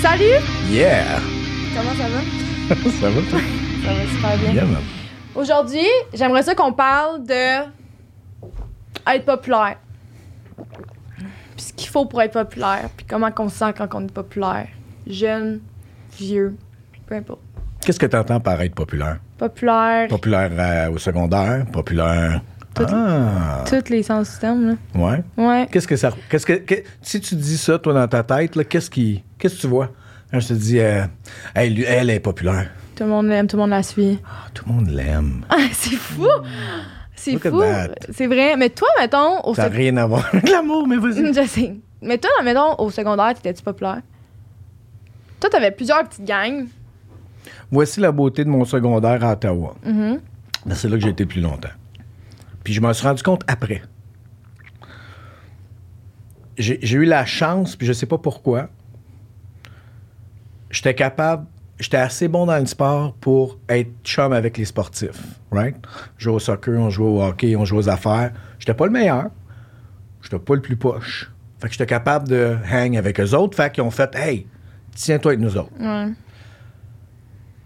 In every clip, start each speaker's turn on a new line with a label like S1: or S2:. S1: Salut
S2: Yeah!
S1: Comment ça va?
S2: Ça va, toi?
S1: Ça va super bien.
S2: Yeah, man.
S1: Aujourd'hui, j'aimerais ça qu'on parle de être populaire. Puis ce qu'il faut pour être populaire, puis comment on se sent quand on est populaire. Jeune, vieux, peu importe.
S2: Qu'est-ce que tu entends par être populaire?
S1: Populaire,
S2: Populaire euh, au secondaire? Populaire.
S1: Tout-
S2: Ah!
S1: tous les sens du terme, là.
S2: Ouais.
S1: Ouais.
S2: Qu'est-ce que ça. Qu'est-ce que, que- si tu dis ça, toi, dans ta tête, là, qu'est-ce, qui, qu'est-ce que tu vois? Hein, je te dis, euh, Hey, lui- elle est populaire.
S1: Tout le monde l'aime, tout le monde la suit.
S2: Ah, tout le monde l'aime.
S1: Ah, c'est fou! C'est
S2: Look at
S1: fou!
S2: that.
S1: C'est vrai. Mais toi, mettons, au Mm.
S2: Ça n'a
S1: secondaire.
S2: rien à voir avec l'amour, mais vas-y.
S1: Je sais. Mais toi, mettons, au secondaire, t'étais-tu populaire? Toi, t'avais plusieurs petites gangs.
S2: Voici la beauté de mon secondaire à Ottawa.
S1: Mhm.
S2: Ben, c'est là que j'ai été le plus longtemps. Puis je m'en suis rendu compte après. J'ai j'ai eu la chance, puis je sais pas pourquoi. J'étais capable, j'étais assez bon dans le sport pour être chum avec les sportifs, right? Je jouais au soccer, on jouait au hockey, on jouait aux affaires. J'étais pas le meilleur, j'étais pas le plus poche. Fait que j'étais capable de hang avec eux autres. Fait qu'ils ont fait, hey, tiens-toi avec nous autres
S1: Ouais.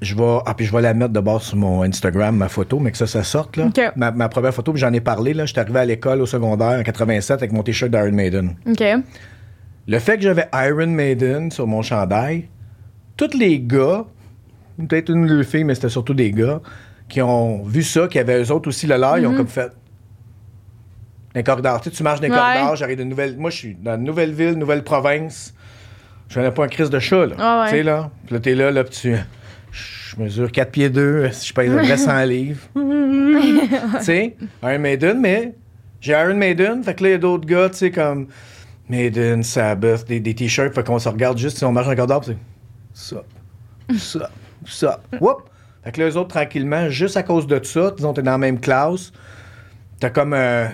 S2: je vais ah puis je vais la mettre de bord sur mon Instagram ma photo mais que ça ça sorte là.
S1: OK.
S2: Ma, ma première photo puis j'en ai parlé là, j'étais arrivé à l'école au secondaire en 87 avec mon t-shirt d'Iron Maiden.
S1: OK.
S2: Le fait que j'avais Iron Maiden sur mon chandail, tous les gars, peut-être une ou deux filles mais c'était surtout des gars qui ont vu ça, qui avaient eux autres aussi le leur, ils ont comme fait les corridors, tu, sais, tu marches dans les
S1: Ouais.
S2: corridors, j'arrive de nouvelle moi je suis dans une nouvelle ville, nouvelle province. Je connais pas un crise de chat là.
S1: Ah ouais.
S2: Tu sais là, puis là t'es là là puis tu je mesure 4 pieds 2, je pèse à peu près 100 livres. tu sais, Iron Maiden, mais j'ai Iron Maiden, fait que là, il y a d'autres gars, tu sais, comme Maiden, Sabbath, des, des t-shirts, fait qu'on se regarde juste, si on marche un quart d'heure, puis c'est ça, ça, ça, whoop! Fait que là, eux autres, tranquillement, juste à cause de ça, disons, t'es dans la même classe, t'as comme, euh,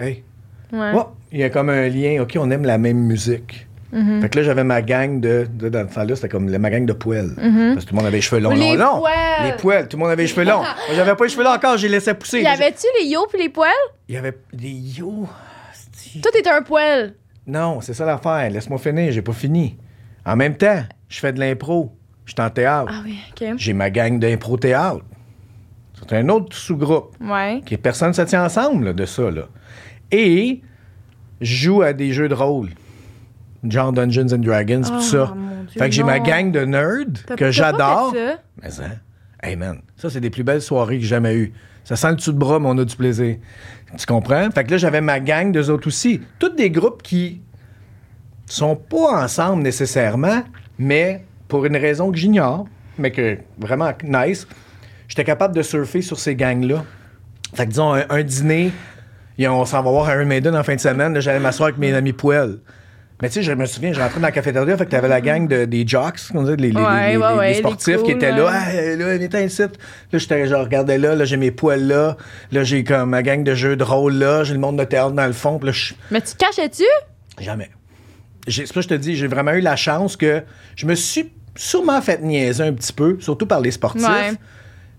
S2: hey,
S1: Ouais.
S2: Oh, il y a comme un lien. OK, on aime la même musique.
S1: Mm-hmm.
S2: Fait que là, j'avais ma gang de, de- Dans le temps-là, c'était comme la- ma gang de poêles. Parce que tout le monde avait les cheveux longs,
S1: Mm-hmm. Les
S2: longs, longs.
S1: poêles.
S2: Les poêles. Tout le monde avait les cheveux longs. Moi, j'avais pas les cheveux longs encore, j'ai laissé pousser.
S1: Y avait-tu les yo puis les poils?
S2: Il y avait des yo. hostie.
S1: Toi, t'étais un poil.
S2: Non, c'est ça l'affaire. Laisse-moi finir, j'ai pas fini. En même temps, je fais de l'impro. Je suis en théâtre.
S1: Ah oui, OK.
S2: J'ai ma gang d'impro-théâtre. C'est un autre sous-groupe.
S1: Ouais.
S2: que personne ne se tient ensemble là, de ça. Là. Et je joue à des jeux de rôle, genre Dungeons and Dragons,
S1: Oh,
S2: tout ça.
S1: mon Dieu,
S2: fait que j'ai ma
S1: non.
S2: gang de nerds
S1: T'as-
S2: que
S1: t'as pas
S2: j'adore.
S1: fait ça?
S2: Mais ça, hey man, ça c'est des plus belles soirées que j'ai jamais eues. Ça sent le dessus de bras, mais on a du plaisir. Tu comprends? Fait que là, j'avais ma gang d'eux autres aussi. Tous des groupes qui sont pas ensemble nécessairement, mais pour une raison que j'ignore, mais que vraiment nice, j'étais capable de surfer sur ces gangs-là. Fait que disons, un, un dîner, et on s'en va voir Iron Maiden en fin de semaine, là, j'allais m'asseoir avec mes amis poêles. Mais tu sais, je me souviens, je rentrais dans la cafétéria, fait que t'avais la gang de- des jocks, qu'on disait, les, les- les-
S1: Ouais,
S2: les-
S1: ouais,
S2: les
S1: ouais, les
S2: sportifs qui
S1: cools,
S2: étaient là.
S1: ouais.
S2: Ah, euh, là, viens-t'en ici. Là, j'étais, je regardais là, là, j'ai mes poils là, là, j'ai comme ma gang de jeux de rôle là, j'ai le monde de théâtre dans le fond, puis là, je
S1: Mais tu te cachais-tu?
S2: Jamais. J'ai- C'est pour ça que je te dis, j'ai vraiment eu la chance que je me suis sûrement fait niaiser un petit peu, surtout par les sportifs.
S1: Ouais.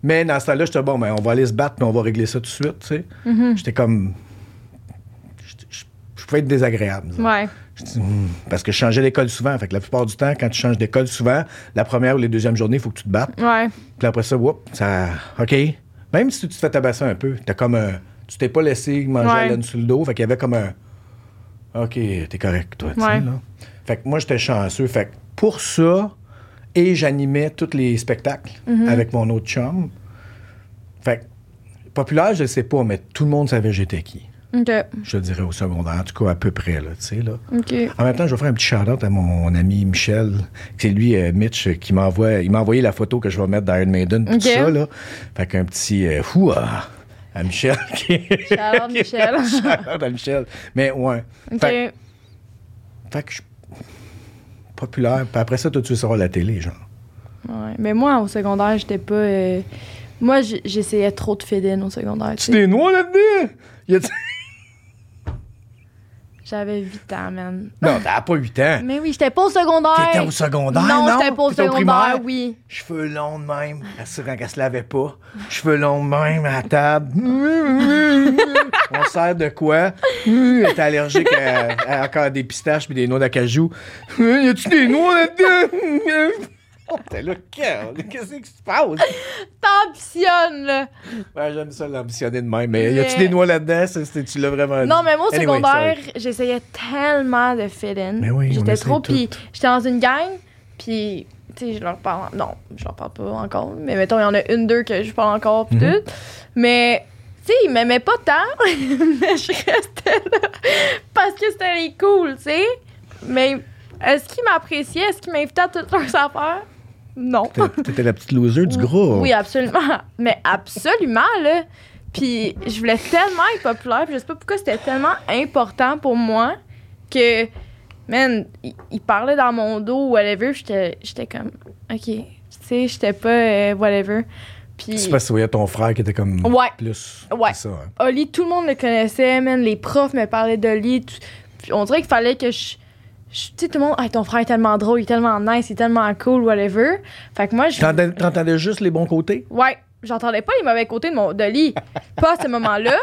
S2: Mais dans ce temps-là, j'étais bon, ben, on va aller se battre, mais on va régler ça tout de suite. tu sais. J'étais comme. j'étais- Je je pouvais être désagréable. disons.
S1: Ouais.
S2: Je dis, Hmm, Parce que je changeais d'école souvent. Fait que la plupart du temps, quand tu changes d'école souvent, la première ou les deuxièmes journées, il faut que tu te battes.
S1: Ouais.
S2: Puis après ça, whoop, ça. OK. Même si tu te fais tabasser un peu, t'as comme un- Tu t'es pas laissé manger la
S1: Ouais.
S2: laine sur le dos. Fait qu'il y avait comme un. OK, t'es correct, toi. tu sais,
S1: Ouais.
S2: là. Fait que moi, j'étais chanceux. Fait que pour ça, et j'animais tous les spectacles
S1: Mhm.
S2: avec mon autre chum. Fait que, populaire, je sais pas, mais tout le monde savait j'étais qui.
S1: OK.
S2: Je te dirais au secondaire, en tout cas à peu près, là, tu sais, là.
S1: OK.
S2: En même temps, je vais faire un petit shout-out à mon ami Michel. C'est lui, euh, Mitch, euh, qui m'envoie. Il m'a envoyé la photo que je vais mettre d'Iron Maiden, pis
S1: Ok.
S2: tout ça, là. Fait qu'un petit euh, houah à Michel. qui-
S1: Shout-out, Michel.
S2: Shout-out à Michel. Mais ouais.
S1: OK.
S2: Fait, fait que je suis populaire. Puis après ça, toi, tu seras à la télé, genre.
S1: Ouais. Mais moi, au secondaire, j'étais pas. euh, Moi, j'- j'essayais trop de fédine au secondaire. tu sais.
S2: des noix là-dedans? Y a
S1: J'avais 8 ans, man.
S2: Non, t'as pas 8 ans.
S1: Mais oui, j'étais pas au secondaire.
S2: T'étais au secondaire, non?
S1: j'étais pas au
S2: T'étais au
S1: secondaire,
S2: primaire?
S1: oui.
S2: Cheveux longs de même, assurant qu'elle se lavait pas. Cheveux longs de même à la table. On sert de quoi? Elle est allergique à, à encore des pistaches puis des noix d'acajou. Y a-tu des noix là-dedans? Oh, t'es là, Carole, qu'est-ce qui se passe?
S1: T'ambitionnes, là.
S2: Ouais, j'aime ça l'ambitionner de même, mais y a-tu
S1: Mais-
S2: des noix là-dedans? Ça, c'est- tu l'as vraiment
S1: Non,
S2: dit.
S1: mais moi, au
S2: Anyway,
S1: secondaire,
S2: sorry.
S1: j'essayais tellement de fit-in.
S2: Mais oui, on
S1: J'étais
S2: essaie
S1: trop,
S2: tout.
S1: puis j'étais dans une gang, puis, tu sais, je leur parle. Non, je leur parle pas encore, mais mettons, il y en a une, deux que je parle encore, puis
S2: Mhm.
S1: tout. Mais, tu sais, ils m'aimaient pas tant, mais je restais là parce que c'était les cool, tu sais. Mais est-ce qu'ils m'appréciaient? Est-ce qu'ils m'invitaient à toutes leurs affaires? Non.
S2: T'étais- T'étais la petite loser du
S1: Oui,
S2: groupe.
S1: Oui, ah, absolument. Mais absolument, là. Puis je voulais tellement être populaire, puis je sais pas pourquoi c'était tellement important pour moi que, man, il, il parlait dans mon dos ou whatever, puis j'étais j'étais comme, OK, tu sais, j'étais pas euh, whatever. Puis
S2: C'est parce que tu voyais ton frère qui était comme
S1: Ouais.
S2: plus.
S1: Ouais.
S2: C'est ça, hein.
S1: Oli, tout le monde le connaissait, man, les profs me parlaient d'Oli. tout- puis on dirait qu'il fallait que je... je- tu sais, tout le monde, Hey, ton frère est tellement drôle, il est tellement nice, il est tellement cool, whatever. Fait que moi, je...
S2: T'entendais- T'entendais juste les bons côtés?
S1: Ouais, j'entendais pas les mauvais côtés de mon de lit. pas à ce moment-là.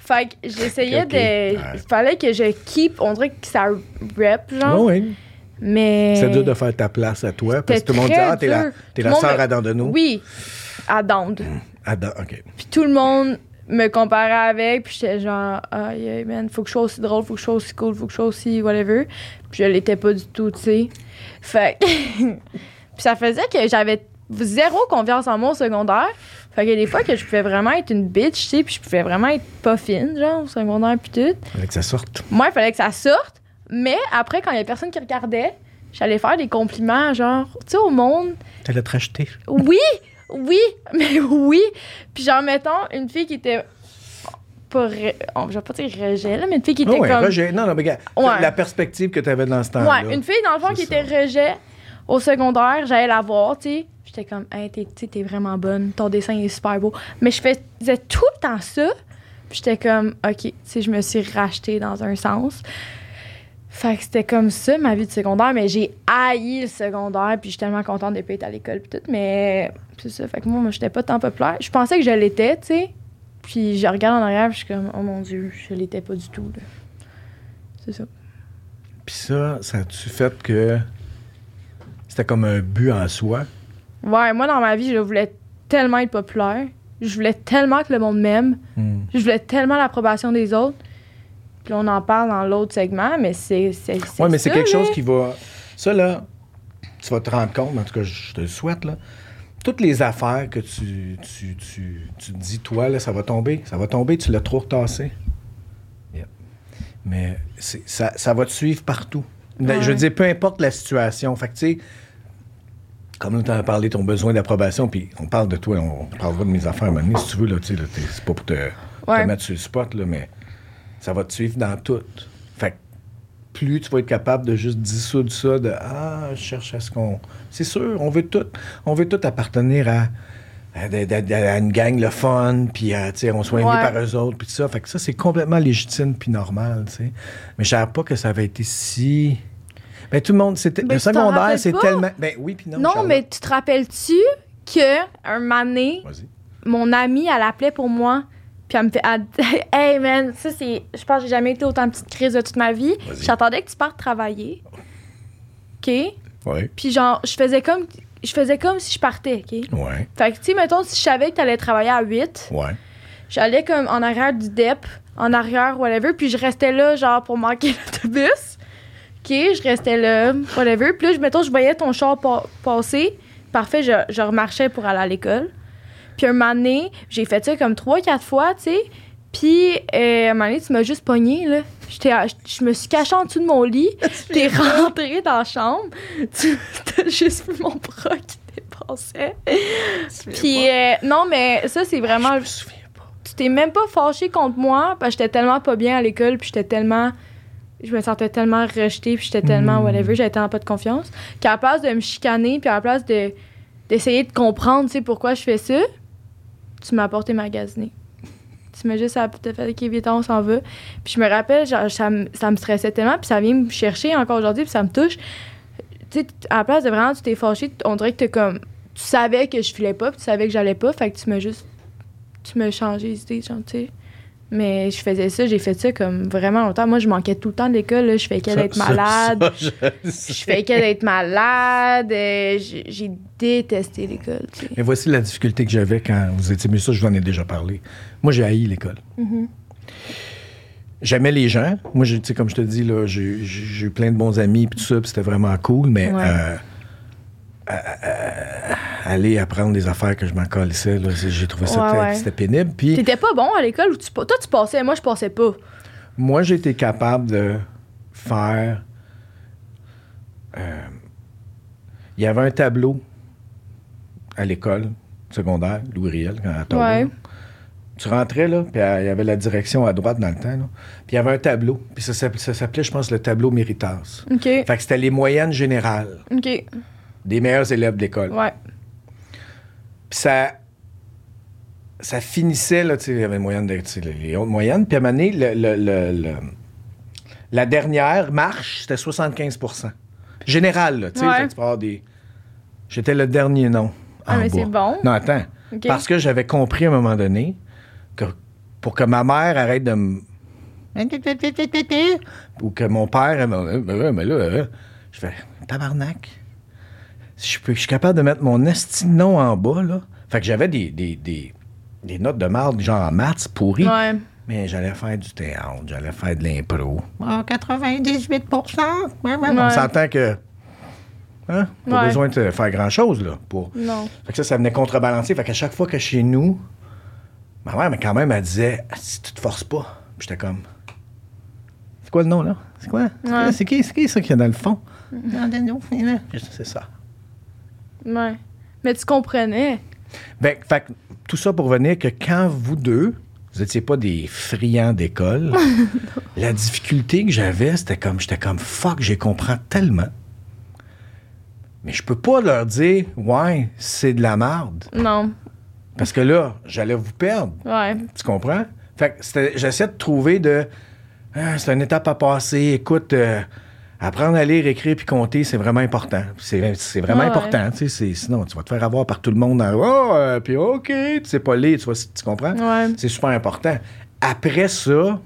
S1: Fait que j'essayais
S2: Ok, ok.
S1: de.
S2: Ouais.
S1: Il fallait que je keep. On dirait que ça rep, genre.
S2: Oui, oui.
S1: Mais.
S2: C'est dur de faire ta place à toi. Parce
S1: C'était
S2: que tout le monde dit
S1: très
S2: Ah, t'es la,
S1: dur.
S2: t'es
S1: Tout le
S2: la
S1: monde
S2: sœur
S1: me-
S2: à Dandeneau.
S1: Oui, à Dande.
S2: À Dan- OK.
S1: Puis tout le monde me comparait avec. Puis j'étais genre, aïe, aïe, man, faut que je sois aussi drôle, faut que je sois aussi cool, faut que je sois aussi whatever. Puis je l'étais pas du tout, tu sais. Fait que. puis ça faisait que j'avais zéro confiance en moi au secondaire. Fait que des fois que je pouvais vraiment être une bitch, tu sais, puis je pouvais vraiment être pas fine, genre, au secondaire, puis tout.
S2: Fallait que ça sorte.
S1: Moi, il fallait que ça sorte. Mais après, quand il y a personne qui regardait, j'allais faire des compliments, genre, tu sais, au monde.
S2: T'allais te racheter.
S1: Oui, oui, mais oui. Puis genre, mettons, une fille qui était... Pas ré- on- je vais pas dire rejet, là, mais une fille qui était
S2: Ah ouais,
S1: comme...
S2: Roger. Non, non, mais regarde.
S1: Ouais.
S2: La perspective que t'avais dans ce temps-là.
S1: Ouais, une fille, dans le fond, qui
S2: C'est
S1: était rejet au secondaire, j'allais la voir, tu sais. J'étais comme, hey, t'es- tu sais, t'es vraiment bonne, ton dessin est super beau. Mais je faisais tout le temps ça. Puis j'étais comme, OK, tu sais, je me suis rachetée dans un sens. Fait que c'était comme ça, ma vie de secondaire. Mais j'ai haï le secondaire, puis je suis tellement contente de pas être à l'école, puis tout. Mais c'est ça, fait que moi, moi j'étais pas tant populaire. Je pensais que je l'étais, tu sais. Puis je regarde en arrière, puis je suis comme, oh mon Dieu, je l'étais pas du tout, là. C'est ça.
S2: Puis ça, ça a-tu fait que c'était comme un but en soi?
S1: Ouais, moi dans ma vie, je voulais tellement être populaire. Je voulais tellement que le monde m'aime.
S2: Hmm.
S1: Je voulais tellement l'approbation des autres. Puis là, on en parle dans l'autre segment, mais c'est. c'est
S2: Oui, mais c'est
S1: ça,
S2: quelque
S1: là.
S2: chose qui va. Ça, là, tu vas te rendre compte, en tout cas, je te le souhaite, là. Toutes les affaires que tu, tu, tu, tu te dis, toi, là, ça va tomber, ça va tomber, tu l'as trop retassé. Yeah. Mais c'est- ça, ça va te suivre partout. Ben,
S1: Ouais.
S2: Je veux dire, peu importe la situation. Fait que, tu sais, comme tu as parlé, ton besoin d'approbation, puis on parle de toi, on parlera de mes affaires à un moment donné, si tu veux, là, tu sais, là, t'es- c'est pas pour te, te
S1: Ouais.
S2: mettre sur le spot, là, mais ça va te suivre dans tout. Fait que plus tu vas être capable de juste dissoudre ça, de Ah, je cherche à ce qu'on. C'est sûr, on veut tout. On veut tout appartenir à, à des- des- des- à une gang le fun, puis à, tu sais, on soit aimé
S1: Ouais.
S2: par eux autres, puis tout ça. Fait que ça, c'est complètement légitime, puis normal, tu sais. Mais je savais pas que ça avait été si. Mais tout le monde, c'était.
S1: Ben,
S2: le
S1: tu t'en
S2: secondaire,
S1: rappelles
S2: c'est
S1: pas?
S2: tellement. Ben oui, puis non.
S1: Non,
S2: Charlotte.
S1: mais tu te rappelles-tu que un moment donné,
S2: Vas-y.
S1: mon amie, elle appelait pour moi. Puis elle me fait. elle dit, hey man, ça c'est. Je pense que j'ai jamais été autant en petite crise de toute ma vie.
S2: Vas-y.
S1: J'attendais que tu partes travailler. OK?
S2: Ouais.
S1: Puis genre, je faisais comme. Je faisais comme si je partais, OK?
S2: Ouais.
S1: Fait que, tu sais, mettons, si je savais que t'allais travailler à 8,
S2: Ouais.
S1: j'allais comme en arrière du DEP, en arrière, whatever, puis je restais là, genre, pour manquer l'autobus. OK, je restais là, whatever. Puis là, je- mettons, je voyais ton char pa- passer. Parfait, je, je remarchais pour aller à l'école. Puis un moment donné, j'ai fait ça comme 3-4 fois, tu sais. Puis, euh, un moment donné, tu m'as juste pogné, là. J'étais à- Je me suis cachée en dessous de mon lit. T'es rentrée dans la chambre. Tu as juste vu mon bras qui dépassait. Puis, euh, non, mais ça, c'est vraiment.
S2: Je me souviens pas.
S1: Tu t'es même pas fâché contre moi parce que j'étais tellement pas bien à l'école, puis j'étais tellement. Je me sentais tellement rejetée, puis j'étais tellement
S2: Mm.
S1: whatever, j'avais tellement pas de confiance. Qu'à la place de me chicaner, puis à la place de d'essayer de comprendre, tu sais, pourquoi je fais ça, tu m'as apporté magasiner. Tu mets juste à la petite fait OK, vite, on s'en va. Puis je me rappelle, genre, ça, me- ça me stressait tellement, puis ça vient me chercher encore aujourd'hui, puis ça me touche. Tu sais, t- à la place de vraiment, tu t'es fâché, on dirait que t'es comme. Tu savais que je filais pas, puis tu savais que j'allais pas, fait que tu m'as juste. Tu m'as changé d'idée, genre, tu sais. Mais je faisais ça, j'ai fait ça comme vraiment longtemps. Moi, je manquais tout le temps de l'école, là. Je fais qu'elle
S2: Ça-
S1: être
S2: ça-
S1: malade.
S2: ça, je le sais.
S1: Je fais que d'être malade. euh, J'ai j'ai détesté l'école. tu sais.
S2: Mais voici la difficulté que j'avais quand vous étiez. Mais ça, je vous en ai déjà parlé. Moi, j'ai haï l'école.
S1: Mm-hmm.
S2: J'aimais les gens. Moi, j'ai- tu sais, comme je te dis, là, j'ai j'ai- j'ai eu plein de bons amis, puis tout ça, puis c'était vraiment cool, mais
S1: Ouais.
S2: euh, euh, euh, aller apprendre des affaires que je m'en calissais, là, c'est- j'ai trouvé ça
S1: Ouais,
S2: très-
S1: ouais.
S2: c'était pénible. Puis
S1: T'étais pas bon à l'école ou tu pa- toi tu passais, moi je passais pas.
S2: moi, j'étais capable de faire. euh, Il y avait un tableau à l'école secondaire, Louis Riel, quand à Ottawa,
S1: Ouais.
S2: là. Tu rentrais, là, puis euh, il y avait la direction à droite dans le temps, là. Puis il y avait un tableau, puis ça s'appelait, ça s'appelait, je pense, le tableau Méritas.
S1: Ok,
S2: Fait que c'était les moyennes générales
S1: ok,
S2: des meilleurs élèves de l'école.
S1: ouais.
S2: Puis ça, ça finissait, là, tu sais, il y avait une moyenne de- tu sais, les- les autres moyennes. Puis à un moment donné, le- le- le- le- la dernière marche, c'était 75 Général, là, tu sais,
S1: Ouais.
S2: fait que tu peux avoir des... J'étais le dernier nom.
S1: Ah,
S2: en
S1: mais c'est
S2: bas.
S1: bon.
S2: Non, attends.
S1: Ok.
S2: Parce que j'avais compris à un moment donné que pour que ma mère arrête de me... Ou que mon père... euh, euh, Mais là, euh, je fais tabarnak si je, peux, je suis capable de mettre mon esti de nom en bas, là. Fait que j'avais des, des, des, des notes de marde, genre en maths pourries.
S1: Ouais.
S2: Mais j'allais faire du théâtre, j'allais faire de l'impro.
S3: Ah, 98 ouais, ouais.
S2: On
S1: Ouais.
S2: s'entend que. Hein? Pas
S1: Ouais.
S2: besoin de faire grand-chose, là. Pour...
S1: Non.
S2: Fait que ça, ça venait contrebalancer. Fait qu'à chaque fois que chez nous, ma mère, mais quand même, elle disait Ah, Si tu te forces pas. Puis j'étais comme C'est quoi le nom, là C'est quoi C'est
S1: Ouais.
S2: quoi? C'est qui, c'est qui ça qu'il y a dans le fond Dans le nom, finalement. Puis je dis, C'est ça.
S1: Ouais. Mais tu comprenais.
S2: Ben, fait que tout ça pour venir que quand vous deux, vous étiez pas des friands d'école, la difficulté que j'avais, c'était comme, j'étais comme, fuck, j'y comprends tellement. Mais je peux pas leur dire, ouais, c'est de la merde.
S1: Non.
S2: Parce que là, j'allais vous perdre.
S1: Ouais.
S2: Tu comprends? Fait que c'était- j'essaie de trouver de. Ah, c'est une étape à passer. Écoute, euh, apprendre à lire, écrire puis compter, c'est vraiment important. C'est c'est vraiment
S1: Ouais, ouais.
S2: important. tu sais, c'est- Sinon, tu vas te faire avoir par tout le monde. En, oh, euh, puis OK, tu sais pas lire, tu, vois, tu comprends?
S1: Ouais.
S2: C'est super important. Après ça,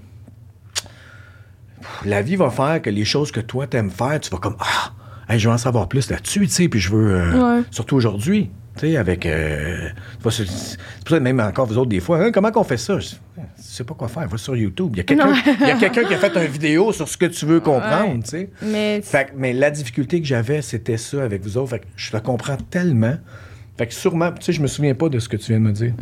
S2: pff, la vie va faire que les choses que toi, t'aimes faire, tu vas comme Ah, hey, je veux en savoir plus là-dessus, tu sais, puis je veux. euh,
S1: Ouais.
S2: Surtout aujourd'hui, tu sais, avec. euh, tu vas sur- c'est pour ça que même encore vous autres, des fois, Hein, comment qu'on fait ça? Je je sais pas quoi faire, va sur YouTube. Il y a quelqu'un
S1: Non.
S2: il y a quelqu'un qui a fait une vidéo sur ce que tu veux comprendre, tu sais.
S1: Mais
S2: Fait que- mais la difficulté que j'avais, c'était ça avec vous autres. Fait que je le comprends tellement. Fait que sûrement, tu sais, je me souviens pas de ce que tu viens de me dire.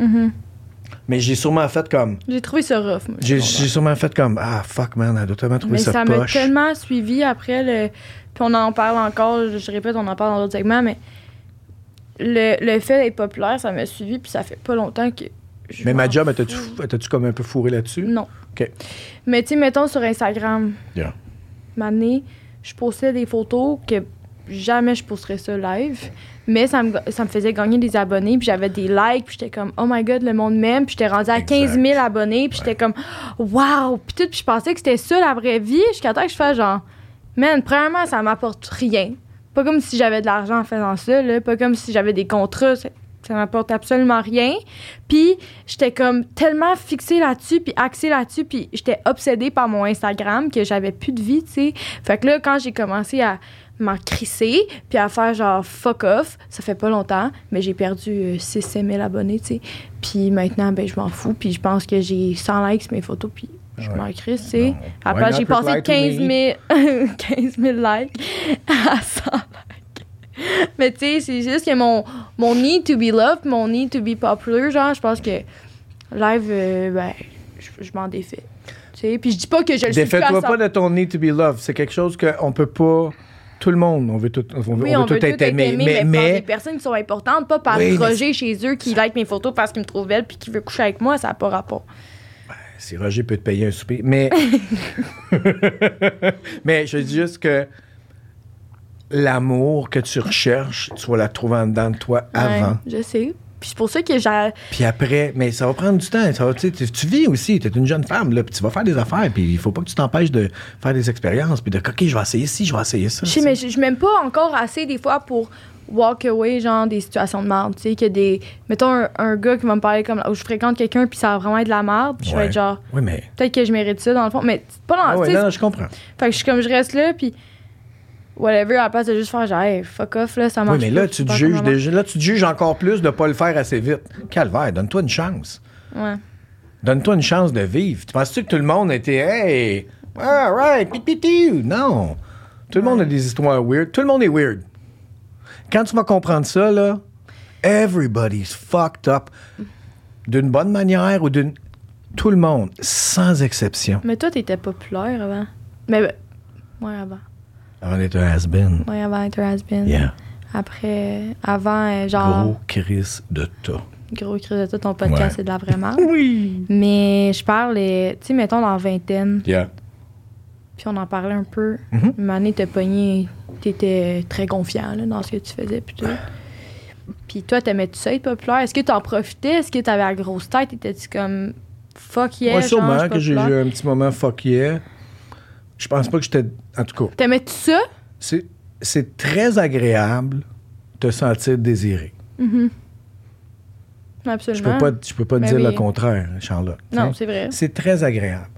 S2: Mais j'ai sûrement fait comme.
S1: Mhm. j'ai trouvé ça rough. moi,
S2: J'ai
S1: secondaire.
S2: j'ai sûrement fait comme Ah, fuck, man, elle doit tellement trouver
S1: ben. Mais
S2: sa
S1: ça m'a
S2: poche.
S1: tellement suivi après le. Puis on en parle encore, je- je répète, on en parle dans d'autres segments, mais le, le fait d'être populaire, ça m'a suivi, puis ça fait pas longtemps que. je
S2: Mais ma
S1: m'en
S2: job, elle
S1: fous.
S2: t'as-tu comme un peu fourré là-dessus?
S1: Mm. Non.
S2: OK.
S1: Mais tu sais, mettons sur Instagram,
S2: Yeah.
S1: m'année, je postais des photos que jamais je posterais ça live. Mais ça me, ça me faisait gagner des abonnés, puis j'avais des likes, puis j'étais comme, oh my god, le monde m'aime, puis j'étais rendue à
S2: Exact.
S1: 15 000 abonnés, puis j'étais comme, wow, puis tout, puis je pensais que c'était ça la vraie vie, jusqu'à temps que je fasse genre, man, premièrement, ça m'apporte rien. Pas comme si j'avais de l'argent en faisant ça, là, pas comme si j'avais des contrats, ça, ça m'apporte absolument rien. Puis j'étais comme tellement fixée là-dessus, puis axée là-dessus, puis j'étais obsédée par mon Instagram que j'avais plus de vie, tu sais. Fait que là, quand j'ai commencé à m'en crisser, puis à faire genre fuck off, ça fait pas longtemps, mais j'ai perdu euh, 6 000 abonnés, tu sais. Puis maintenant, ben je m'en fous, puis je pense que j'ai 100 likes sur mes photos, puis je
S2: Ouais.
S1: m'en crisse, tu sais.
S2: Non. Why
S1: Après,
S2: not
S1: j'ai passé
S2: reply to
S1: 15 000,
S2: me?
S1: 15 000 likes à 100 likes. Mais tu sais, c'est juste que mon, mon need to be loved, mon need to be popular, genre, je pense que live, euh, ben, je, je m'en défais. Tu sais, puis je dis pas que je le suis plus à
S2: Défais-toi
S1: 100%.
S2: pas de ton need to be loved. C'est quelque chose qu'on peut pas. Tout le monde, on veut tout, on veut,
S1: Oui,
S2: on
S1: on,
S2: veut tout être aimé.
S1: mais, par des
S2: mais,
S1: personnes qui sont importantes, pas par
S2: Oui, mais
S1: Roger chez eux qui like mes photos parce qu'ils me trouvent belle puis qui veut coucher avec moi, ça n'a pas rapport.
S2: si Roger peut te payer un souper. Mais, mais je dis juste que l'amour que tu recherches, tu vas la trouver en dedans de toi
S1: Ouais,
S2: avant.
S1: je sais. Puis c'est pour ça que j'ai.
S2: Puis après, mais ça va prendre du temps. Ça va, tu, sais, tu- tu vis aussi, tu es une jeune femme, là, puis tu vas faire des affaires, puis il faut pas que tu t'empêches de faire des expériences, puis de, OK, je vais essayer ci, je vais essayer ça.
S1: Je sais, mais je je m'aime pas encore assez des fois pour walk away, genre des situations de merde. Tu sais, que des. Mettons un, un gars qui va me parler comme. Ou je fréquente quelqu'un, puis ça va vraiment être de la merde. puis je vais
S2: Ouais.
S1: être genre.
S2: Oui, mais.
S1: Peut-être que je mérite ça dans le fond. Mais c'est pas dans.
S2: Ah ouais,
S1: tu sais,
S2: non, non, je comprends.
S1: Fait que je suis comme, je reste là, puis whatever, à la place de juste faire genre, hey, fuck off, là, ça marche.
S2: Oui, mais là,
S1: pas, je
S2: tu
S1: sais
S2: te
S1: pas
S2: juges
S1: comment-
S2: déjà- là, tu te juges encore plus de pas le faire assez vite. Calvaire, donne-toi une chance.
S1: Ouais.
S2: Donne-toi une chance de vivre. Tu penses-tu que tout le monde était Hey, all right, pit, pit, pit. Non. Tout le monde a des histoires weird. Tout le monde est weird. Quand tu vas comprendre ça, là, everybody's fucked up. D'une bonne manière ou d'une. Tout le monde, sans exception.
S1: Mais toi, t'étais populaire avant. Mais, ben, ouais, avant.
S2: Avant d'être un has-been.
S1: Ouais, avant être un has-been.
S2: Yeah.
S1: Après, avant, euh, genre,
S2: Gros Chris de tas.
S1: gros, crise de tout ton podcast,
S2: Ouais.
S1: c'est de la vraie merde.
S2: Oui.
S1: mais je parle, euh, tu sais, mettons, dans la vingtaine,
S2: Yeah.
S1: puis on en parlait un peu.
S2: Mhm.
S1: Une année, t'as pogné, t'étais très confiant, là, dans ce que tu faisais, puis tout. Puis toi, t'aimais-tu ça être populaire? Est-ce que t'en profitais? Est-ce que t'avais la grosse tête? Étais-tu comme, fuck yeah, genre,
S2: Moi,
S1: je
S2: sûrement
S1: suis
S2: que j'ai eu
S1: populaire?
S2: un petit moment fuck yeah. Je pense pas que j'étais. En tout cas,
S1: T'aimais-tu ça?
S2: c'est- c'est très agréable de sentir désiré. Je
S1: Absolument.
S2: peux pas, je peux pas te
S1: Ben
S2: dire le
S1: oui.
S2: contraire, Charlotte.
S1: Non,
S2: Tu sais,
S1: c'est vrai.
S2: c'est très agréable.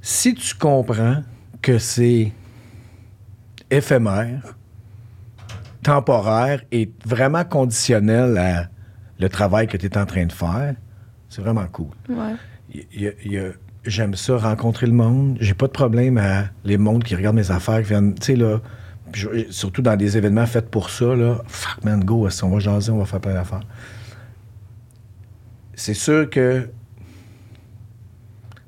S2: Si tu comprends que c'est éphémère, temporaire et vraiment conditionnel à le travail que tu es en train de faire, c'est vraiment cool.
S1: Ouais.
S2: Il y a- il y a- j'aime ça, rencontrer le monde. J'ai pas de problème à les mondes qui regardent mes affaires, qui viennent, tu sais, là, puis je- surtout dans des événements faits pour ça, là, fuck man, go, est-ce qu'on va jaser, on va faire plein d'affaires. C'est sûr que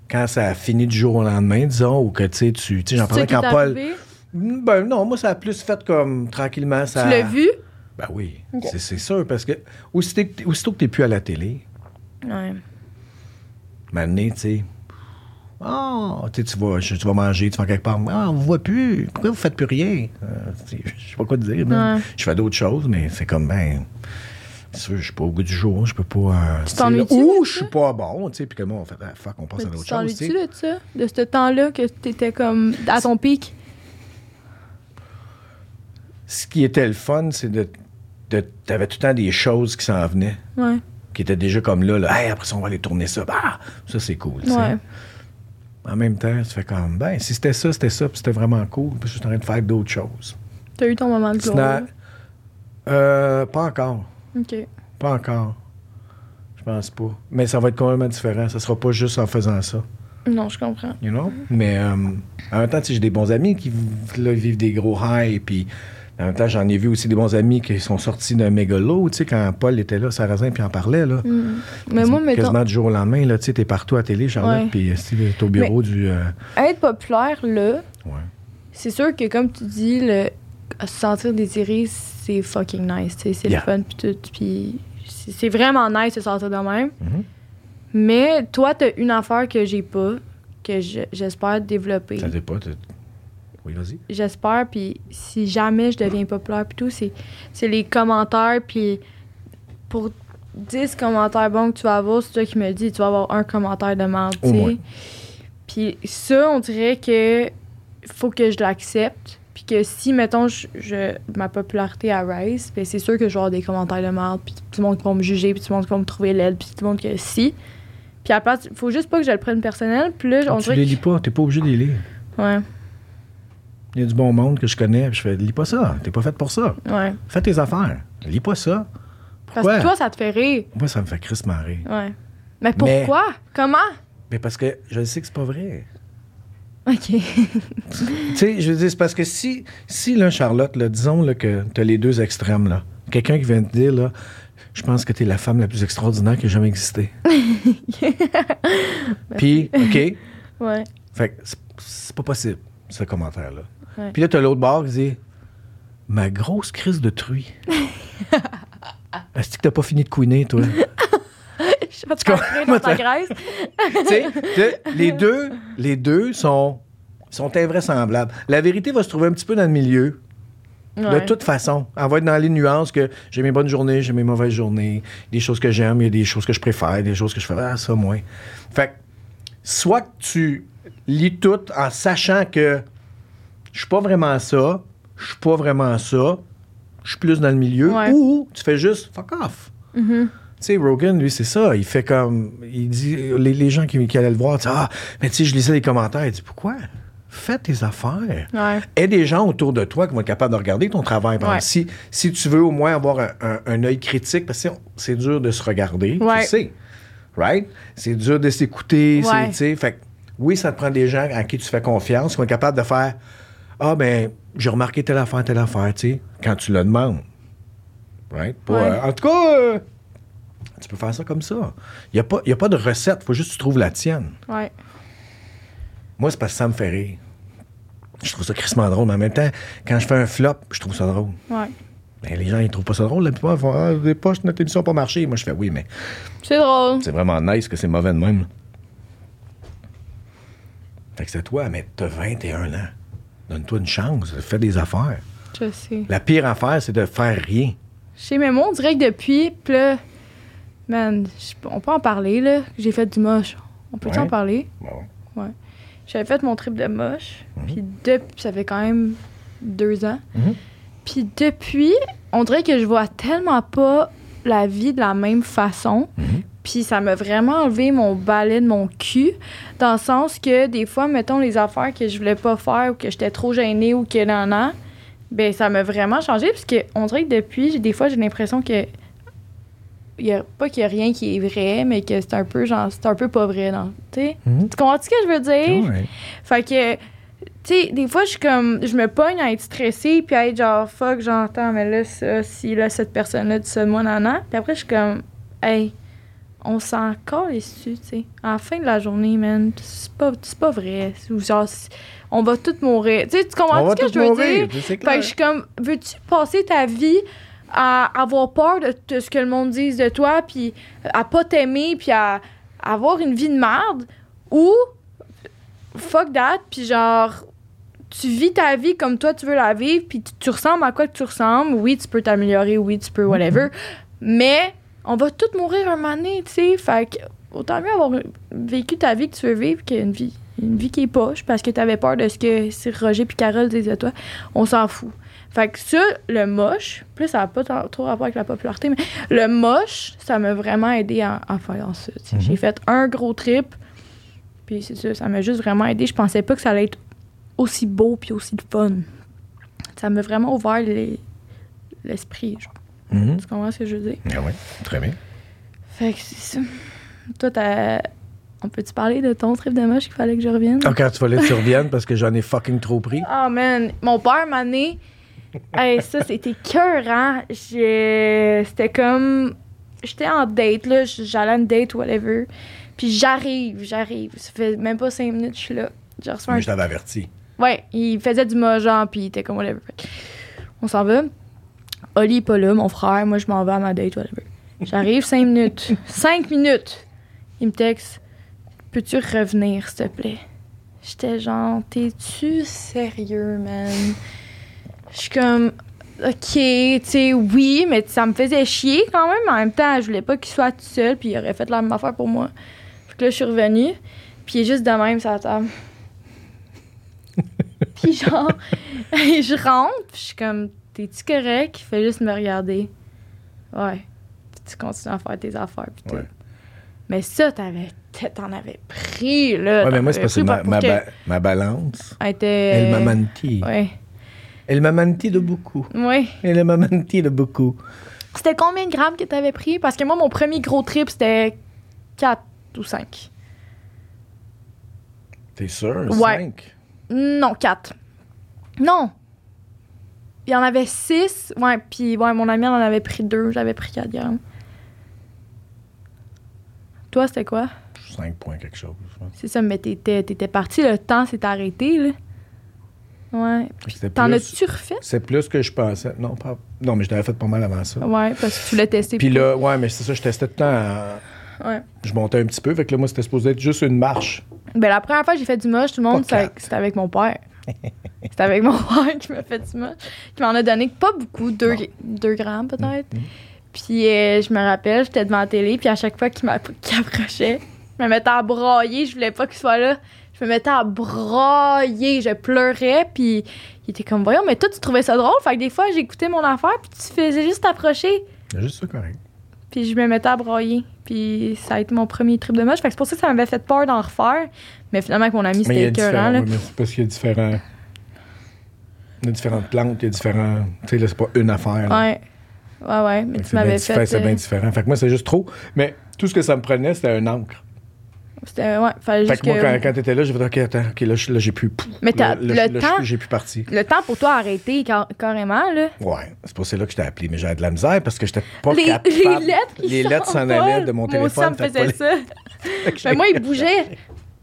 S2: quand ça a fini du jour au lendemain, disons, ou que tu sais, tu tu sais, j'en
S1: C'est ça
S2: parlais
S1: qui
S2: quand
S1: t'est
S2: Paul.
S1: arrivé?
S2: Ben non, moi, ça a plus fait comme tranquillement. Ça...
S1: Tu l'as vu?
S2: Ben oui, c'est- c'est sûr, parce que aussitôt que t'es- aussitôt que t'es plus à la télé,
S1: Ouais.
S2: M'amener, tu sais. Ah, tu sais, tu vas, je- tu vas manger, tu vas quelque part. Ah, on vous voit plus. Pourquoi vous faites plus rien? Euh, tu sais, je sais pas quoi te dire. man.
S1: Ouais.
S2: Je fais d'autres choses, mais c'est comme, ben, c'est sûr, je suis pas au goût du jour. Je peux pas. euh, tu sais,
S1: t'ennuies-tu
S2: là, Ou
S1: de
S2: je
S1: ça?
S2: suis pas bon, tu sais. Puis que moi, on fait, ah, fuck, on passe
S1: Mais
S2: à
S1: tu
S2: d'autres choses. tu
S1: t'ennuies-tu
S2: sais.
S1: de ça? De ce temps-là que t'étais comme à ton pic?
S2: Ce qui était le fun, c'est de. de T'avais tout le temps des choses qui s'en venaient,
S1: Ouais.
S2: qui étaient déjà comme là, là. Hey, après ça, on va aller tourner ça. Bah, ça, c'est cool, tu sais.
S1: Ouais.
S2: En même temps, tu fais comme, ben, si c'était ça, c'était ça, puis c'était vraiment cool. Puis je suis en train de faire d'autres choses.
S1: T'as eu ton moment de gloire.
S2: Sinon, euh, pas encore.
S1: OK.
S2: Pas encore. Je pense pas. Mais ça va être complètement différent. Ça sera pas juste en faisant ça.
S1: Non, je comprends.
S2: You know? Mais euh, en même temps, tu sais, j'ai des bons amis qui là, vivent des gros highs. Puis en même temps, j'en ai vu aussi des bons amis qui sont sortis d'un méga lot. Tu sais, quand Paul était là, Sarrazin, puis en parlait. Là,
S1: Mm. Mais moi, mettons,
S2: Quasiment du jour au lendemain, là, tu sais, t'es partout à télé, Charlotte,
S1: Ouais.
S2: puis euh, si t'es au bureau du. euh,
S1: être populaire, là,
S2: ouais.
S1: c'est sûr que, comme tu dis, le se sentir désiré, c'est fucking nice. tu sais, C'est
S2: Yeah.
S1: le fun, puis tout. Puis c'est c'est vraiment nice de se sentir de même.
S2: Mhm.
S1: Mais toi, t'as une affaire que j'ai pas, que je- j'espère développer.
S2: Ça dépend. t'es- Oui, vas-y.
S1: j'espère, puis si jamais je deviens populaire, puis tout, c'est, c'est les commentaires, puis pour 10 commentaires bons que tu vas avoir, c'est toi qui me le dis, tu vas avoir un commentaire de merde, tu
S2: Au moins.
S1: sais. Puis ça, on dirait que faut que je l'accepte, puis que si, mettons, je, je- ma popularité à rise, ben c'est sûr que je vais avoir des commentaires de merde, puis tout le monde qui va me juger, puis tout le monde qui va me trouver laide, puis tout le monde que si. Puis à la place, faut juste pas que je le prenne personnel, puis là, on
S2: tu les
S1: dirait
S2: lis pas, t'es pas obligé de les lire.
S1: que... Ouais,
S2: Il y a du bon monde que je connais, puis je fais lis pas ça, t'es pas faite pour ça.
S1: ouais.
S2: Fais tes affaires, lis pas ça.
S1: Parce
S2: Pourquoi?
S1: que toi, ça te fait rire.
S2: Moi, ça me fait crissement rire.
S1: Ouais. Mais pourquoi? Comment?
S2: Mais parce que je sais que c'est pas vrai.
S1: OK.
S2: Tu sais, je veux dire, c'est parce que si, si là, Charlotte, là, disons là, que t'as les deux extrêmes, là, quelqu'un qui vient te dire, là, je pense que t'es la femme la plus extraordinaire qui a jamais existé. Puis, OK,
S1: Ouais.
S2: fait que c'est- c'est pas possible, ce commentaire-là.
S1: Ouais.
S2: Puis là, t'as l'autre bord qui dit Ma grosse crise de truie. Est-ce que t'as pas fini de couiner, toi?
S1: Je suis pas très dans ta graisse.
S2: Tu sais, que les deux, les deux sont, sont invraisemblables. La vérité va se trouver un petit peu dans le milieu.
S1: Ouais.
S2: De toute façon, on va être dans les nuances que j'ai mes bonnes journées, j'ai mes mauvaises journées, des choses que j'aime, il y a des choses que je préfère, des choses que je fais, ah, ça moins. Fait que, soit que tu lis tout en sachant que je suis pas vraiment ça, je suis pas vraiment ça, je suis plus dans le milieu,
S1: Ouais. Mm-hmm.
S2: ou tu fais juste fuck off. Tu sais, Rogan, lui, c'est ça. Il fait comme. Il dit. Les, les gens qui, qui allaient le voir, tu sais, ah, mais tu sais, je lisais les commentaires. Il dit, pourquoi? Fais tes affaires.
S1: Ouais.
S2: Aie des gens autour de toi qui vont être capables de regarder ton travail. Par
S1: Ouais.
S2: exemple, Si, si tu veux au moins avoir un, un- un œil critique, parce que c'est- c'est dur de se regarder, tu
S1: Ouais.
S2: sais. Right? C'est dur de s'écouter. c'est-
S1: Ouais.
S2: tu sais, Fait que, oui, ça te prend des gens à qui tu fais confiance, qui vont être capables de faire Ah, ben, j'ai remarqué telle affaire, telle affaire, tu sais, quand tu le demandes. Right? Pas,
S1: Ouais.
S2: euh, en tout cas, euh, tu peux faire ça comme ça. Il n'y a, pas- y a pas de recette, faut juste que tu trouves la tienne.
S1: Ouais.
S2: Moi, c'est parce que ça me fait rire. Je trouve ça crissement drôle, mais en même temps, quand je fais un flop, je trouve ça drôle.
S1: Ouais.
S2: Ben, les gens, ils trouvent pas ça drôle. La plupart, ils font Ah, des poches, notre émission n'a pas marché. Moi, je fais Oui, mais
S1: C'est drôle.
S2: c'est vraiment nice que c'est mauvais de même. là. Fait que c'est toi, mais t'as 21 ans. Donne-toi une chance, fais des affaires.
S1: Je sais.
S2: La pire affaire, c'est de faire rien.
S1: Je sais, mais moi, on dirait que depuis, pis là, man, je- on peut en parler, là. J'ai fait du moche. On peut
S2: Ouais.
S1: en parler?
S2: Bon.
S1: J'avais fait mon trip de moche. Puis de- ça fait quand même deux ans.
S2: Mhm.
S1: Puis depuis, on dirait que je vois tellement pas la vie de la même façon.
S2: Mhm.
S1: Puis ça m'a vraiment enlevé mon balai de mon cul. Dans le sens que des fois, mettons, les affaires que je voulais pas faire ou que j'étais trop gênée ou que nan nan, ben ça m'a vraiment changé. Parce que on dirait que depuis, j'ai- des fois, j'ai l'impression que. y a, pas qu'il y a rien qui est vrai, mais que c'est un peu genre, c'est un peu pas vrai. dans- tu sais?
S2: Mhm.
S1: Tu comprends ce que je veux dire?
S2: Ouais.
S1: Fait que, tu sais, des fois, je suis comme, je me pogne à être stressée, puis à être genre, fuck, j'entends, mais là, ça, si, là, cette personne-là, dit ça de moi, nan, nan. Puis après, je suis comme, hey, on s'en calisse dessus, tu sais. À la fin de la journée, man, c'est pas, c'est pas vrai. Ou genre, c'est- on va toutes mourir. Tu sais, tu
S2: On
S1: comprends
S2: va
S1: ce que
S2: tous
S1: je veux
S2: mourir,
S1: dire?
S2: c'est
S1: Fait
S2: clair.
S1: que je suis comme, veux-tu passer ta vie à avoir peur de, de ce que le monde dise de toi, puis à pas t'aimer, puis à, à avoir une vie de merde, ou fuck that, puis genre, tu vis ta vie comme toi tu veux la vivre, puis tu, tu ressembles à quoi que tu ressembles. Oui, tu peux t'améliorer, oui, tu peux whatever,
S2: Mm-hmm.
S1: mais on va toutes mourir un moment donné, tu sais. Fait que, autant mieux avoir vécu ta vie que tu veux vivre qu'une vie. Une vie qui est poche parce que t'avais peur de ce que Sir Roger puis Carole disaient de toi. On s'en fout. Fait que ça, le moche, plus ça n'a pas tant- trop rapport avec la popularité, mais le moche, ça m'a vraiment aidé à, à faire ça. tu sais. J'ai fait un gros trip, puis c'est ça, ça m'a juste vraiment aidé. Je pensais pas que ça allait être aussi beau puis aussi le fun. Ça m'a vraiment ouvert les- l'esprit. genre.
S2: Mhm.
S1: tu comprends ce que je veux dire?
S2: Ah ouais, très bien.
S1: Fait que c'est ça. Toi, t'as. On peut-tu parler de ton trip de moche qu'il fallait que je revienne?
S2: Ah, quand tu voulais que tu reviennes parce que j'en ai fucking trop pris.
S1: Oh man, mon père m'a né. Hey, ça, c'était cœurant. J'ai- C'était comme. J'étais en date, là. J'allais à une date, whatever. Puis j'arrive, j'arrive. Ça fait même pas cinq minutes, je suis là. J'ai reçu un
S2: Mais je t'avais averti.
S1: Ouais, il faisait du mojan, puis il était comme whatever. Fait que, On s'en va. Oli est pas là, mon frère. Moi, je m'en vais à ma date, whatever. J'arrive cinq minutes. Cinq minutes! Il me texte Peux-tu revenir, s'il te plaît? J'étais genre, t'es-tu sérieux, man? Je suis comme, ok, tu sais, oui, mais ça me faisait chier quand même. En même temps, je voulais pas qu'il soit tout seul, puis il aurait fait la même affaire pour moi. Fait que là, je suis revenue, puis il est juste de même sur la table. Puis genre, je rentre, puis je suis comme, t'es-tu correct? Il fait juste me regarder. Ouais. Puis tu continues à faire tes affaires, puis tout.
S2: Ouais.
S1: Mais ça, t'avais, t'en avais pris, là.
S2: Ouais, mais
S1: t'en
S2: moi, c'est
S1: avais
S2: parce que
S1: pris
S2: ma,
S1: euh, pour
S2: ma
S1: que-
S2: ba- ma balance,
S1: Elle était...
S2: elle m'a menti.
S1: Ouais.
S2: Elle m'a menti de beaucoup.
S1: Ouais.
S2: Elle m'a menti de beaucoup.
S1: C'était combien de grammes que t'avais pris? Parce que moi, mon premier gros trip, c'était 4 ou 5.
S2: T'es sûr?
S1: Ouais.
S2: Cinq?
S1: Non, 4. Non! Il y en avait 6. Ouais, puis ouais, mon ami elle en avait pris 2. J'avais pris 4 grammes. Toi, c'était quoi?
S2: Cinq points quelque chose. je pense.
S1: C'est ça, mais t'étais, t'étais parti, le temps s'est arrêté, là. Ouais.
S2: C'était
S1: T'en
S2: plus-
S1: as-tu refait?
S2: C'est plus que je pensais. Non, pas... non mais je l'avais fait pas mal avant ça.
S1: Ouais, parce que tu l'as testé.
S2: Puis là, ouais, mais c'est ça, je testais tout le temps. à-
S1: Ouais.
S2: Je montais un petit peu. Fait que là, moi, c'était supposé être juste une marche.
S1: Ben, la première fois que j'ai fait du moche, tout le monde,
S2: Pas
S1: c'est-
S2: quatre.
S1: c'était avec mon père. C'est avec mon père qui m'a fait du moche. Qui m'en a donné pas beaucoup, 2 grammes peut-être.
S2: Mm-hmm.
S1: Puis euh, je me rappelle, j'étais devant la télé, puis à chaque fois qu'il m'app- qu'il approchait, je me mettais à brailler, je voulais pas qu'il soit là. Je me mettais à brailler, je pleurais, puis il était comme, voyons, mais toi, tu trouvais ça drôle. Fait que des fois, j'écoutais mon affaire, puis tu faisais juste approcher,
S2: C'est juste ça, correct.
S1: puis je me mettais à brailler. Puis ça a été mon premier trip de moche. Fait que c'est pour ça que ça m'avait fait peur d'en refaire. Mais finalement, avec mon ami,
S2: Mais il y
S1: c'était
S2: a
S1: écœurant,
S2: différents.
S1: là.
S2: oui, mais c'est parce qu'il y a différents. Il y a différentes plantes, il y a différents. Tu sais, là, c'est pas une affaire. là.
S1: Ouais. Ouais, ouais. Mais tu
S2: Fait que ben, c'est bien
S1: m'avais
S2: diffé-
S1: fait.
S2: C'est bien
S1: euh,
S2: différent. Fait que moi, c'est juste trop. Mais tout ce que ça me prenait, c'était un encre.
S1: C'était, ouais, fallait
S2: Fait
S1: juste
S2: que moi,
S1: que-
S2: quand, quand t'étais là, j'ai fait OK, attends, OK, là, je- là, j'ai plus.
S1: Mais t'as-
S2: là, là,
S1: le
S2: là, je-
S1: temps-
S2: J'ai plus parti.
S1: Le temps pour toi arrêter car- carrément, là.
S2: Ouais, c'est pour ça là que je t'ai appelé, mais j'avais de la misère parce que j'étais pas
S1: les,
S2: capable.
S1: les lettres, ils
S2: Les lettres s'en
S1: s'envolent.
S2: allaient de mon téléphone.
S1: Moi aussi, ça
S2: fait
S1: me faisait
S2: que
S1: ça.
S2: fallait que
S1: Mais moi,
S2: j'aille-
S1: il bougeait.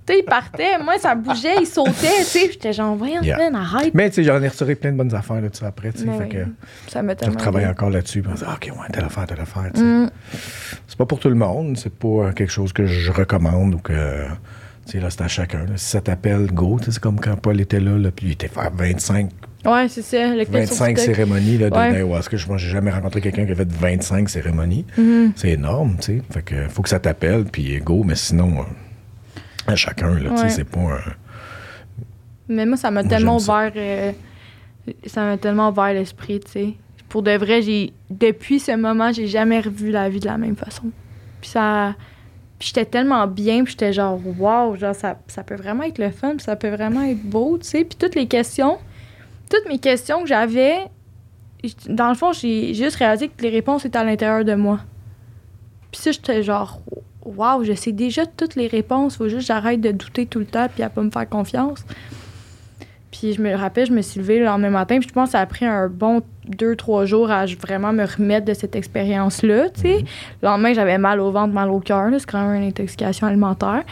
S1: tu sais, il partait. Moi, ça bougeait, il sautait. Tu sais, j'étais genre, voyons,
S2: Yeah.
S1: man, arrête.
S2: Mais tu sais, j'en ai retiré plein de bonnes affaires là-dessus après. Tu sais,
S1: Mais
S2: fait
S1: Ben oui,
S2: que
S1: ça me
S2: je
S1: tellement.
S2: travaille encore là-dessus. puis on se dit, ah, OK, ouais, telle affaire, telle affaire. tu sais.
S1: Mm.
S2: C'est pas pour tout le monde. C'est pas euh, quelque chose que je recommande ou que. Tu sais, là, c'est à chacun. là. Si ça t'appelle, go. Tu sais, C'est comme quand Paul était là, là, puis il était faire 25,
S1: Ouais, c'est ça. Le clip sur
S2: 25
S1: TikTok.
S2: cérémonies là, de ben,
S1: Ouais.
S2: l'ayahuasca. Je- Moi, j'ai jamais rencontré quelqu'un qui a fait 25 cérémonies.
S1: Mm-hmm.
S2: C'est énorme, tu sais. Fait que faut que ça t'appelle, puis go. Mais sinon, euh, à chacun, là, tu sais,
S1: Ouais.
S2: c'est pas un.
S1: Mais moi, ça m'a
S2: Moi,
S1: tellement
S2: j'aime ça.
S1: ouvert. euh, ça m'a tellement ouvert l'esprit, tu sais. Pour de vrai, j'ai depuis ce moment, j'ai jamais revu la vie de la même façon. Puis ça. Puis j'étais tellement bien, puis j'étais genre, wow, genre, ça, ça peut vraiment être le fun, puis ça peut vraiment être beau, tu sais. Puis toutes les questions, toutes mes questions que j'avais, j- dans le fond, j'ai juste réalisé que les réponses étaient à l'intérieur de moi. Puis ça, j'étais genre, wow, je sais déjà toutes les réponses, faut juste que j'arrête de douter tout le temps, puis à pas me faire confiance. Puis je me rappelle, je me suis levée le lendemain matin, puis je pense que ça a pris un bon deux, trois jours à vraiment me remettre de cette expérience-là, tu sais. Le lendemain, j'avais mal au ventre, mal au cœur, là, c'est quand même une intoxication alimentaire.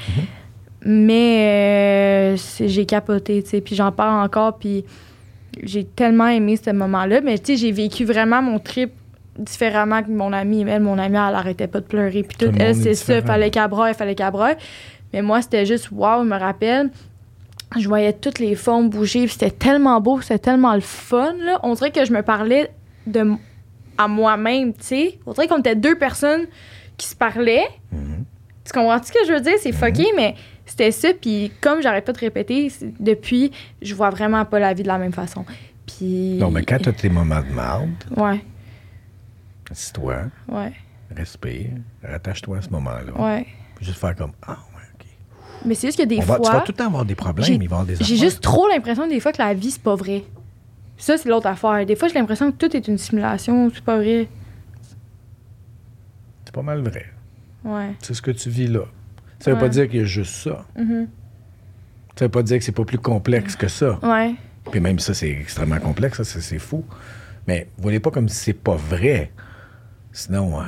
S1: Mais euh, c'est- j'ai capoté, tu sais, puis j'en parle encore, puis j'ai tellement aimé ce moment-là, mais tu sais, j'ai vécu vraiment mon trip différemment que mon amie. Elle, mon amie, elle arrêtait pas de pleurer, puis
S2: Tout
S1: tout,
S2: le
S1: elle,
S2: monde est
S1: c'est ça,
S2: différent.
S1: fallait qu'elle braille, fallait qu'elle braille. Mais moi, c'était juste, wow, je me rappelle, je voyais toutes les formes bouger, puis c'était tellement beau, c'était tellement le fun, là. On dirait que je me parlais de m- à moi-même, tu sais. On dirait qu'on était deux personnes qui se parlaient.
S2: Mhm.
S1: Tu comprends-tu ce que je veux dire? C'est fucké, mais c'était ça. Puis comme j'arrête pas de répéter, c'est- depuis, je vois vraiment pas la vie de la même façon. Puis...
S2: Non, mais quand t'as tes moments de marde,
S1: Ouais,
S2: assis-toi,
S1: ouais,
S2: respire, rattache-toi à ce moment-là.
S1: ouais.
S2: Puis Juste faire comme Ah, ouais, OK.
S1: Mais c'est juste que des
S2: On va-
S1: fois...
S2: tu vas tout le temps avoir des problèmes,
S1: j'ai-
S2: il va y avoir des
S1: J'ai
S2: affaires.
S1: juste trop l'impression des fois que la vie, c'est pas vrai. Ça, c'est l'autre affaire. Des fois, j'ai l'impression que tout est une simulation, c'est pas vrai.
S2: C'est pas mal vrai.
S1: Ouais.
S2: C'est ce que tu vis là. Ça veut
S1: Ouais.
S2: pas dire qu'il y a juste ça.
S1: Mhm.
S2: Ça veut pas dire que c'est pas plus complexe que ça.
S1: Ouais.
S2: Puis même ça, c'est extrêmement complexe, ça, c'est, c'est fou. Mais vous voyez pas comme si c'est pas vrai. Sinon, euh,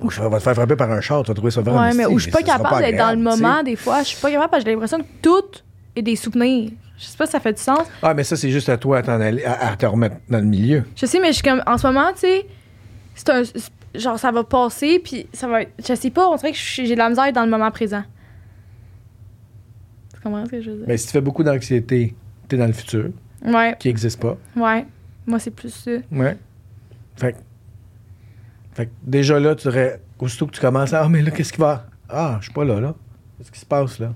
S2: ou je vais- va te faire frapper par un char, tu vas trouver ça vraiment.
S1: ouais, mais où je suis pas capable d'être dans le moment,
S2: Des...
S1: des fois. Je suis pas capable parce que j'ai l'impression que tout est des souvenirs. Je sais pas si ça fait du sens.
S2: Ah, mais ça, c'est juste à toi à, t'en aller- à- à te remettre dans le milieu.
S1: Je sais, mais je suis comme. En ce moment, tu sais, c'est un. c'est- Genre, ça va passer, puis ça va être. Je sais pas, on dirait que je suis- j'ai de la misère dans le moment présent. Tu comprends ce que je veux dire?
S2: Mais si tu fais beaucoup d'anxiété, tu es dans le futur,
S1: Ouais,
S2: qui n'existe pas.
S1: ouais. Moi, c'est plus ça.
S2: Ouais. Fait que, fait que déjà là, tu aurais. Aussitôt que tu commences à. Ah, mais là, qu'est-ce qui va. Ah, je suis pas là, là. Qu'est-ce qui se passe, là?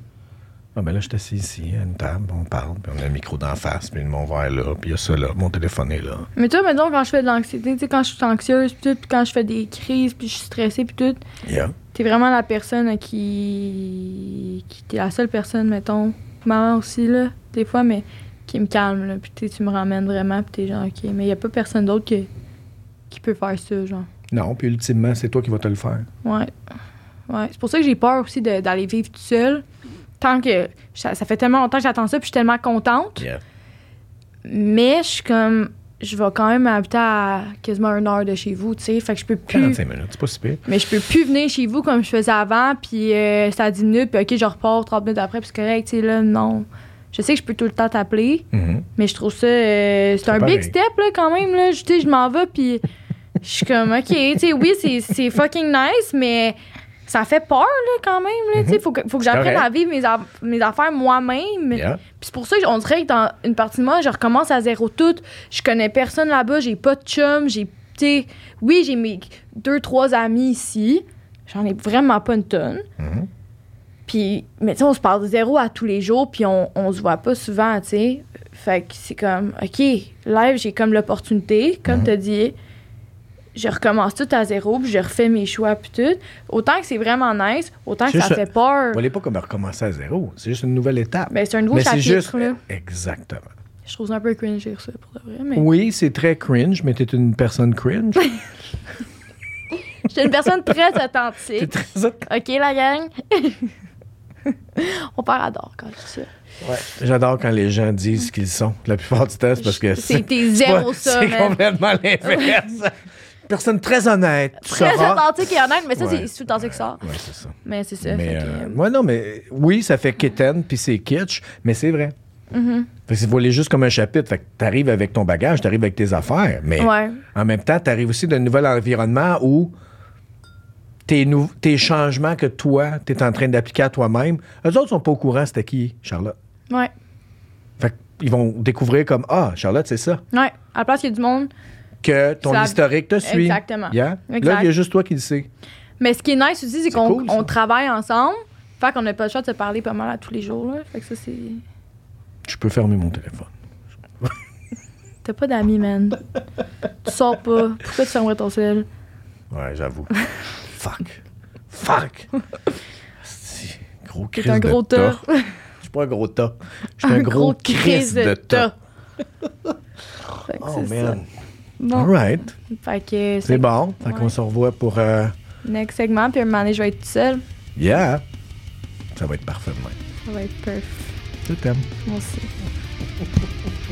S2: Ah, mais là, je suis assis ici, à une table, on parle, puis on a le micro d'en face, puis mon verre là, puis il y a ça là, mon téléphone est là.
S1: Mais toi, mettons, quand je fais de l'anxiété, tu sais, quand je suis anxieuse, puis tout, puis quand je fais des crises, puis je suis stressée, puis tout,
S2: Yeah.
S1: t'es vraiment la personne à qui. qui t'es la seule personne, mettons. Maman aussi, là, des fois, mais qui me calme, là. Puis tu sais, tu me ramènes vraiment, puis t'es genre, OK. Mais y a pas personne d'autre que- qui peut faire ça, genre.
S2: Non, puis ultimement, c'est toi qui vas te le faire.
S1: Ouais. Ouais. C'est pour ça que j'ai peur aussi de- d'aller vivre toute seule. Tant que. Ça, ça fait tellement longtemps que j'attends ça, puis je suis tellement contente.
S2: Yeah.
S1: Mais je suis comme. Je vais quand même habiter à quasiment une heure de chez vous, tu sais. Fait que je peux plus.
S2: 45 minutes, c'est pas si pire.
S1: Mais je peux plus venir chez vous comme je faisais avant, puis euh, c'est à 10 minutes, puis OK, je repars 30 minutes après, puis c'est correct, tu sais, là, non. Je sais que je peux tout le temps t'appeler,
S2: Mhm.
S1: mais je trouve ça. euh, c'est un
S2: pareil.
S1: big step, là, quand même, là. Je- Tu sais, je m'en vais, puis je suis comme, OK, tu sais, oui, c'est- c'est fucking nice, mais ça fait peur, là, quand même. Là, tu sais, faut, que, faut que
S2: C'est
S1: j'apprenne
S2: Mm-hmm. correct.
S1: à vivre mes, aff- mes affaires moi-même.
S2: Yeah.
S1: Puis c'est pour ça qu'on dirait que dans une partie de moi, je recommence à zéro tout. Je connais personne là-bas, j'ai pas de chum, j'ai. tu sais, oui, j'ai mes deux, trois amis ici. J'en ai vraiment pas une tonne.
S2: Mhm.
S1: Puis, mais tu sais, on se parle de zéro à tous les jours, puis on, on se voit pas souvent, tu sais. Fait que c'est comme, OK, live, j'ai comme l'opportunité, comme
S2: Mm-hmm.
S1: t'as dit, je recommence tout à zéro, puis je refais mes choix, puis tout. Autant que c'est vraiment nice, autant que
S2: C'est
S1: ça
S2: juste-
S1: fait peur.
S2: On n'est pas comme à recommencer à zéro. C'est juste une nouvelle étape.
S1: Ben, c'est un nouveau
S2: Mais c'est
S1: chapitre,
S2: juste.
S1: là.
S2: Exactement.
S1: Je trouve ça un peu cringe de dire ça, pour de vrai, mais
S2: Oui, c'est très cringe, mais t'es une personne cringe.
S1: j'étais une personne très
S2: t'es
S1: authentique.
S2: très. Ouais.
S1: OK, la gang? on part adore quand je dis ça.
S2: J'adore quand les gens disent ce qu'ils sont. La plupart du temps, c'est parce que.
S1: C'est tes zéro
S2: Ouais,
S1: ça,
S2: C'est
S1: man.
S2: complètement l'inverse. Personne très honnête. tu
S1: Très
S2: sauras.
S1: authentique et honnête, mais ça,
S2: Ouais.
S1: c'est c'est tout le temps ça que ça.
S2: Ouais, c'est ça.
S1: Mais c'est ça.
S2: Mais
S1: fait que,
S2: euh, ouais, non, mais oui, ça fait kitten puis c'est kitsch, mais c'est vrai.
S1: Mm-hmm.
S2: Fait que c'est- faut les juste comme un chapitre. Fait que t'arrives avec ton bagage, t'arrives avec tes affaires, mais
S1: Ouais.
S2: en même temps, t'arrives aussi d'un nouvel environnement où tes, nou- tes changements que toi, t'es en train d'appliquer à toi-même, eux autres sont pas au courant c'était qui, Charlotte.
S1: euh, Ouais.
S2: Fait qu'ils vont découvrir comme Ah, Charlotte, c'est ça.
S1: Ouais. À la place, il y a du monde.
S2: Que ton
S1: Ça-
S2: historique te suit.
S1: Exactement.
S2: Yeah? Là,
S1: Exact.
S2: il y a juste toi qui le sais.
S1: Mais ce qui est nice aussi, c'est
S2: C'est
S1: qu'on
S2: cool, ça.
S1: on travaille ensemble. Fait qu'on n'a pas le choix de se parler pas mal à tous les jours. Là. Fait que ça, c'est.
S2: Je peux fermer mon téléphone.
S1: T'as pas d'amis, man. tu sors pas. Pourquoi tu fermerais ton sel?
S2: Ouais, j'avoue. Fuck. Fuck. Asti, Gros
S1: T'es
S2: crise
S1: un gros
S2: de tas.
S1: tas.
S2: Je suis pas un gros tas. Je suis un, gros, crise de tas.
S1: Fait que
S2: Oh,
S1: c'est ça.
S2: man.
S1: Bon.
S2: All right.
S1: Fait que
S2: C'est
S1: c'est
S2: bon. Fait
S1: Ouais.
S2: qu'on se revoit pour... euh,
S1: next segment. Puis un moment donné, je vais être toute seule.
S2: Yeah. Ça va être parfait demain.
S1: Ça va être perf.
S2: Je t'aime.
S1: Moi aussi.